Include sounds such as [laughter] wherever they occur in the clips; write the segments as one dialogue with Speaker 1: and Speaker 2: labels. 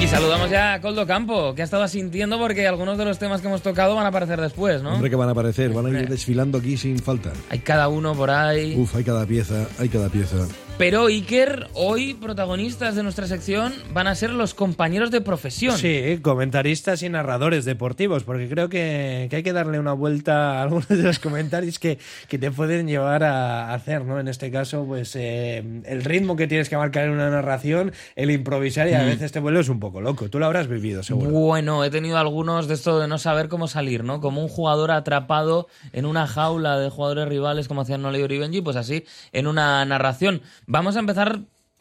Speaker 1: Y saludamos ya a Coldo Campo, que ha estado asintiendo porque algunos de los temas que hemos tocado van a aparecer después, ¿no?
Speaker 2: Hombre, que van a aparecer, van a ir desfilando aquí sin falta.
Speaker 1: Hay cada uno por ahí.
Speaker 2: Uf, hay cada pieza, hay cada pieza.
Speaker 1: Pero Iker, hoy protagonistas de nuestra sección van a ser los compañeros de profesión.
Speaker 3: Sí, comentaristas y narradores deportivos, porque creo que, que hay que darle una vuelta a [laughs] algunos de los comentarios que, que te pueden llevar a hacer, ¿no? En este caso, pues eh, el ritmo que tienes que marcar en una narración, el improvisar y a veces te vuelves un poco loco. Tú lo habrás vivido,
Speaker 1: Mm.
Speaker 3: seguro.
Speaker 1: Bueno, he tenido algunos de esto de no saber cómo salir, ¿no? Como un jugador atrapado en una jaula de jugadores rivales, como hacían Nolio y Benji, pues así, en una narración. Vamos a empezar,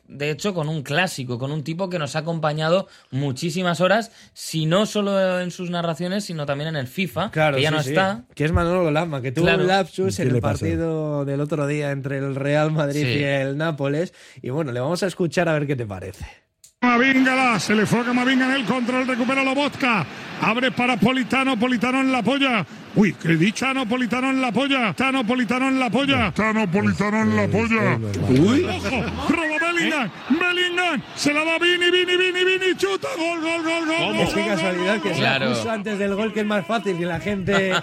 Speaker 1: de hecho, con un clásico, con un tipo que nos ha acompañado muchísimas horas, si no solo en sus narraciones, sino también en el FIFA, que ya
Speaker 3: sí,
Speaker 1: no
Speaker 3: sí.
Speaker 1: está.
Speaker 3: Que es Manolo Lama, que tuvo
Speaker 1: Claro.
Speaker 3: un lapsus
Speaker 2: ¿Qué
Speaker 3: en el
Speaker 2: le pasó?
Speaker 3: partido del otro día entre el Real Madrid
Speaker 1: Sí.
Speaker 3: y el Nápoles. Y bueno, le vamos a escuchar a ver qué te parece.
Speaker 4: Camavíngala, se le fue a Camavinga en el control, recupera Lobotka, abre para Politano, Politano en la polla. Uy, que dicha Politano en la polla, Tano Politano en la polla, Tano Politano en la polla. ¿Eh? Uy, ojo, roba Bellingham, Bellingham, se la da Vini, Vini, Vini, Vini, chuta, gol, gol, gol,
Speaker 3: Es
Speaker 4: gol. gol,
Speaker 3: que
Speaker 4: gol,
Speaker 3: casualidad
Speaker 4: gol,
Speaker 3: que
Speaker 4: gol.
Speaker 3: sea
Speaker 1: Claro.
Speaker 3: justo antes del gol, que es más fácil que
Speaker 1: [laughs]
Speaker 3: la gente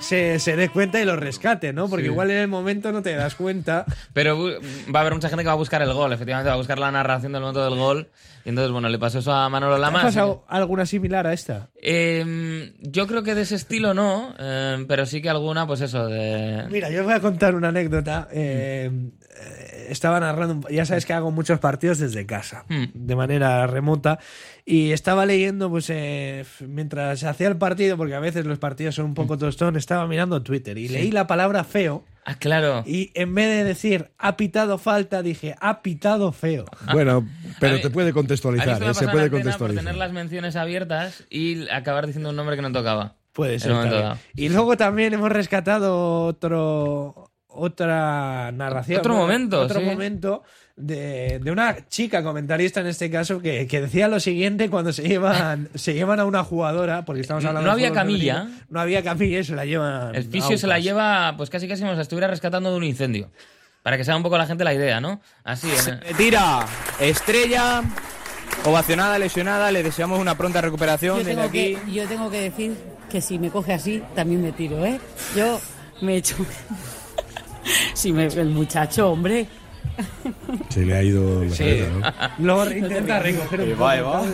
Speaker 3: se, se dé cuenta y lo rescate, ¿no? Porque
Speaker 1: Sí.
Speaker 3: igual en el momento no te
Speaker 1: [laughs]
Speaker 3: das cuenta.
Speaker 1: Pero bu- va a haber mucha gente que va a buscar el gol, efectivamente, va a buscar la narración del momento del gol. Y entonces, bueno, le pasó eso a Manolo
Speaker 3: ¿Ha
Speaker 1: Lama. así que-
Speaker 3: pasado alguna similar a esta?
Speaker 1: Eh, yo creo que de ese estilo no, eh, pero sí que alguna, pues eso, de...
Speaker 3: Mira, yo os voy a contar una anécdota. Eh, eh, estaba narrando, un- ya sabes que hago muchos partidos desde casa,
Speaker 1: Mm.
Speaker 3: de manera remota, y estaba leyendo, pues eh, f- mientras hacía el partido, porque a veces los partidos son un
Speaker 1: Hmm.
Speaker 3: poco tostón, estaba mirando Twitter y leí la palabra feo,
Speaker 1: Ah, claro.
Speaker 3: y en vez de decir ha pitado falta, dije ha pitado feo.
Speaker 2: Bueno,
Speaker 1: Ah. A
Speaker 2: pero
Speaker 1: mí-
Speaker 2: te puede
Speaker 1: A mí esto
Speaker 2: contextualizar,
Speaker 1: me ha
Speaker 2: ¿eh? se
Speaker 1: pasado
Speaker 2: puede
Speaker 1: en la antena por tener
Speaker 2: contextualizar.
Speaker 1: las menciones abiertas y acabar diciendo un nombre que no tocaba.
Speaker 2: Pues,
Speaker 3: Puede
Speaker 1: En
Speaker 3: ser.
Speaker 1: un momento
Speaker 3: también.
Speaker 1: dado.
Speaker 3: Y luego también hemos rescatado otro otra narración.
Speaker 1: Otro
Speaker 3: ¿no?
Speaker 1: momento,
Speaker 3: Otro
Speaker 1: sí.
Speaker 3: momento de, de una chica comentarista en este caso que, que decía lo siguiente cuando se llevan, [laughs] se llevan a una jugadora, porque estamos
Speaker 1: No-
Speaker 3: hablando
Speaker 1: no
Speaker 3: de
Speaker 1: había
Speaker 3: fútbol
Speaker 1: camilla.
Speaker 3: femenino, no había camilla y se la llevan.
Speaker 1: El
Speaker 3: a
Speaker 1: fisio se la
Speaker 3: Aucas.
Speaker 1: lleva, pues casi casi como si la estuviera rescatando de un incendio. Para que sea un poco la gente la idea, ¿no? Así. en-
Speaker 5: Tira, estrella, ovacionada, lesionada, le deseamos una pronta recuperación
Speaker 6: Yo
Speaker 5: desde
Speaker 6: tengo,
Speaker 5: aquí.
Speaker 6: que, yo tengo que decir que si me coge así, también me tiro, ¿eh? Yo me echo... [laughs] si me, el muchacho, hombre.
Speaker 2: Se le ha ido la
Speaker 3: Sí.
Speaker 2: cabeza, ¿no?
Speaker 3: Luego intenta recoger un poco.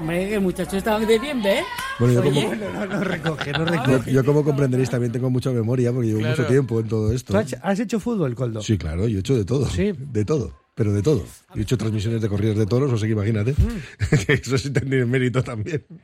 Speaker 6: Hombre, que el muchacho estaba de bien, ¿eh?
Speaker 2: Bueno, yo
Speaker 6: Oye,
Speaker 2: como,
Speaker 3: No, no, no recoge, no
Speaker 2: yo,
Speaker 3: recoge.
Speaker 2: yo como comprenderéis también tengo mucha memoria porque llevo mucho tiempo en todo
Speaker 3: ¿Tú
Speaker 2: esto.
Speaker 3: has, has hecho fútbol, Coldo?
Speaker 2: Sí, claro, yo he hecho de todo.
Speaker 3: Sí.
Speaker 2: De todo, pero de todo. He hecho transmisiones de corridas de toros, o sea que imagínate. [laughs] Eso sí tendría mérito también.
Speaker 1: Mm.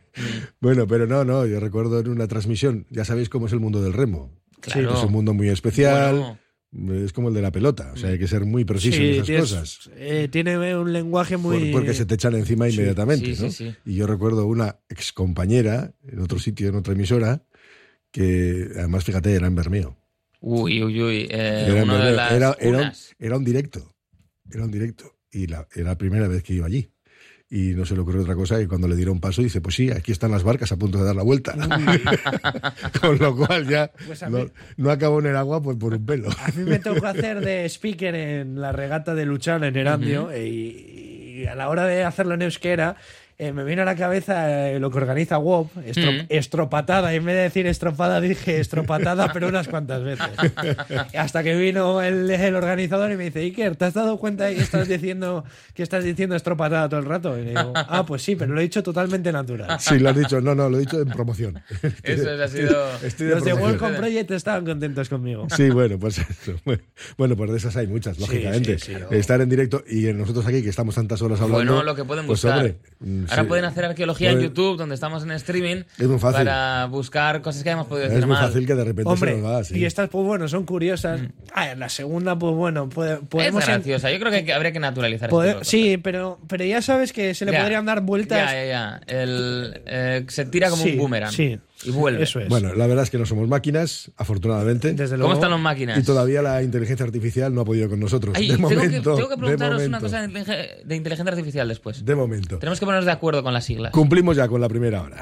Speaker 2: Bueno, pero no, no, yo recuerdo en una transmisión, ya sabéis cómo es el mundo del remo.
Speaker 1: Claro.
Speaker 2: Es un mundo muy especial,
Speaker 1: Bueno.
Speaker 2: es como el de la pelota, o sea hay que ser muy preciso en esas
Speaker 3: tienes-
Speaker 2: cosas.
Speaker 3: eh, tiene un lenguaje
Speaker 2: Por-
Speaker 3: muy.
Speaker 2: porque se te echan encima inmediatamente.
Speaker 1: sí,
Speaker 2: ¿no?
Speaker 1: sí, sí.
Speaker 2: Y yo recuerdo una excompañera en otro sitio, en otra emisora, que además, fíjate, era en Bermeo.
Speaker 1: Uy, uy, uy. eh,
Speaker 2: era, en
Speaker 1: uno de
Speaker 2: Bermeo.
Speaker 1: las
Speaker 2: Era- era un,
Speaker 1: cunas.
Speaker 2: era un directo. Era un directo. Y la- era la primera vez que iba allí. Y no se le ocurrió otra cosa. Y cuando le dieron paso, dice: Pues sí, aquí están las barcas a punto de dar la vuelta. [laughs] Con lo
Speaker 1: [laughs]
Speaker 2: cual ya
Speaker 3: Pues a
Speaker 2: no,
Speaker 3: mí-
Speaker 2: no acabó en el agua pues, por un pelo.
Speaker 3: A mí me tocó hacer de speaker en la regata de Luchán en Erandio eh, y, y a la hora de hacerlo en euskera eh, me vino a la cabeza eh, lo que organiza WOP, estro-
Speaker 1: Ujú.
Speaker 3: estropatada. En vez de decir estropada dije estropatada, pero unas cuantas veces. Hasta que vino el, el organizador y me dice, Iker, ¿te has dado cuenta de que estás diciendo, que estás diciendo estropatada todo el rato? Y le digo, ah, pues sí, pero lo he dicho totalmente natural.
Speaker 2: [laughs] Sí, lo has dicho. No, no, lo he dicho en promoción.
Speaker 1: [laughs] Eso ha sido-
Speaker 2: Estoy
Speaker 3: Los de
Speaker 2: promoción.
Speaker 3: World con Project estaban contentos conmigo.
Speaker 2: Sí, bueno, pues eso. Bueno, pues de esas hay muchas, lógicamente.
Speaker 3: sí, sí, no.
Speaker 2: Estar en directo y nosotros aquí que estamos tantas horas hablando.
Speaker 1: Bueno, lo que pueden
Speaker 2: pues,
Speaker 1: buscar.
Speaker 2: hombre, mm,
Speaker 1: Ahora
Speaker 2: sí.
Speaker 1: pueden hacer arqueología en
Speaker 2: Pueden-
Speaker 1: YouTube, donde estamos en streaming,
Speaker 2: Es muy fácil.
Speaker 1: para buscar cosas que hayamos podido decir
Speaker 2: Es muy
Speaker 1: mal.
Speaker 2: fácil que de repente se
Speaker 3: Hombre,
Speaker 2: nos va, sí.
Speaker 3: y estas, pues bueno, son curiosas. Ah, en la segunda, pues bueno, puede-
Speaker 1: Mm.
Speaker 3: podemos.
Speaker 1: es graciosa. Yo creo que hay que- habría que naturalizar. este
Speaker 3: poder-
Speaker 1: tipo de
Speaker 3: sí, pero, pero ya sabes que se le
Speaker 1: Ya.
Speaker 3: podrían dar vueltas.
Speaker 1: Ya, ya, ya. El, eh, se tira como
Speaker 3: Sí,
Speaker 1: un boomerang.
Speaker 3: sí.
Speaker 1: Y vuelve.
Speaker 3: Eso es.
Speaker 2: Bueno, la verdad es que no somos máquinas, afortunadamente.
Speaker 3: Desde
Speaker 1: ¿Cómo
Speaker 3: luego.
Speaker 1: están las máquinas?
Speaker 2: y todavía la inteligencia artificial no ha podido con nosotros.
Speaker 1: Ay,
Speaker 2: de
Speaker 1: tengo, que-
Speaker 2: momento.
Speaker 1: tengo que,
Speaker 2: de
Speaker 1: preguntaros una
Speaker 2: momento,
Speaker 1: cosa de, inteligen- de inteligencia artificial después.
Speaker 2: De momento.
Speaker 1: Tenemos que ponernos de acuerdo con las siglas.
Speaker 2: Cumplimos ya con la primera hora.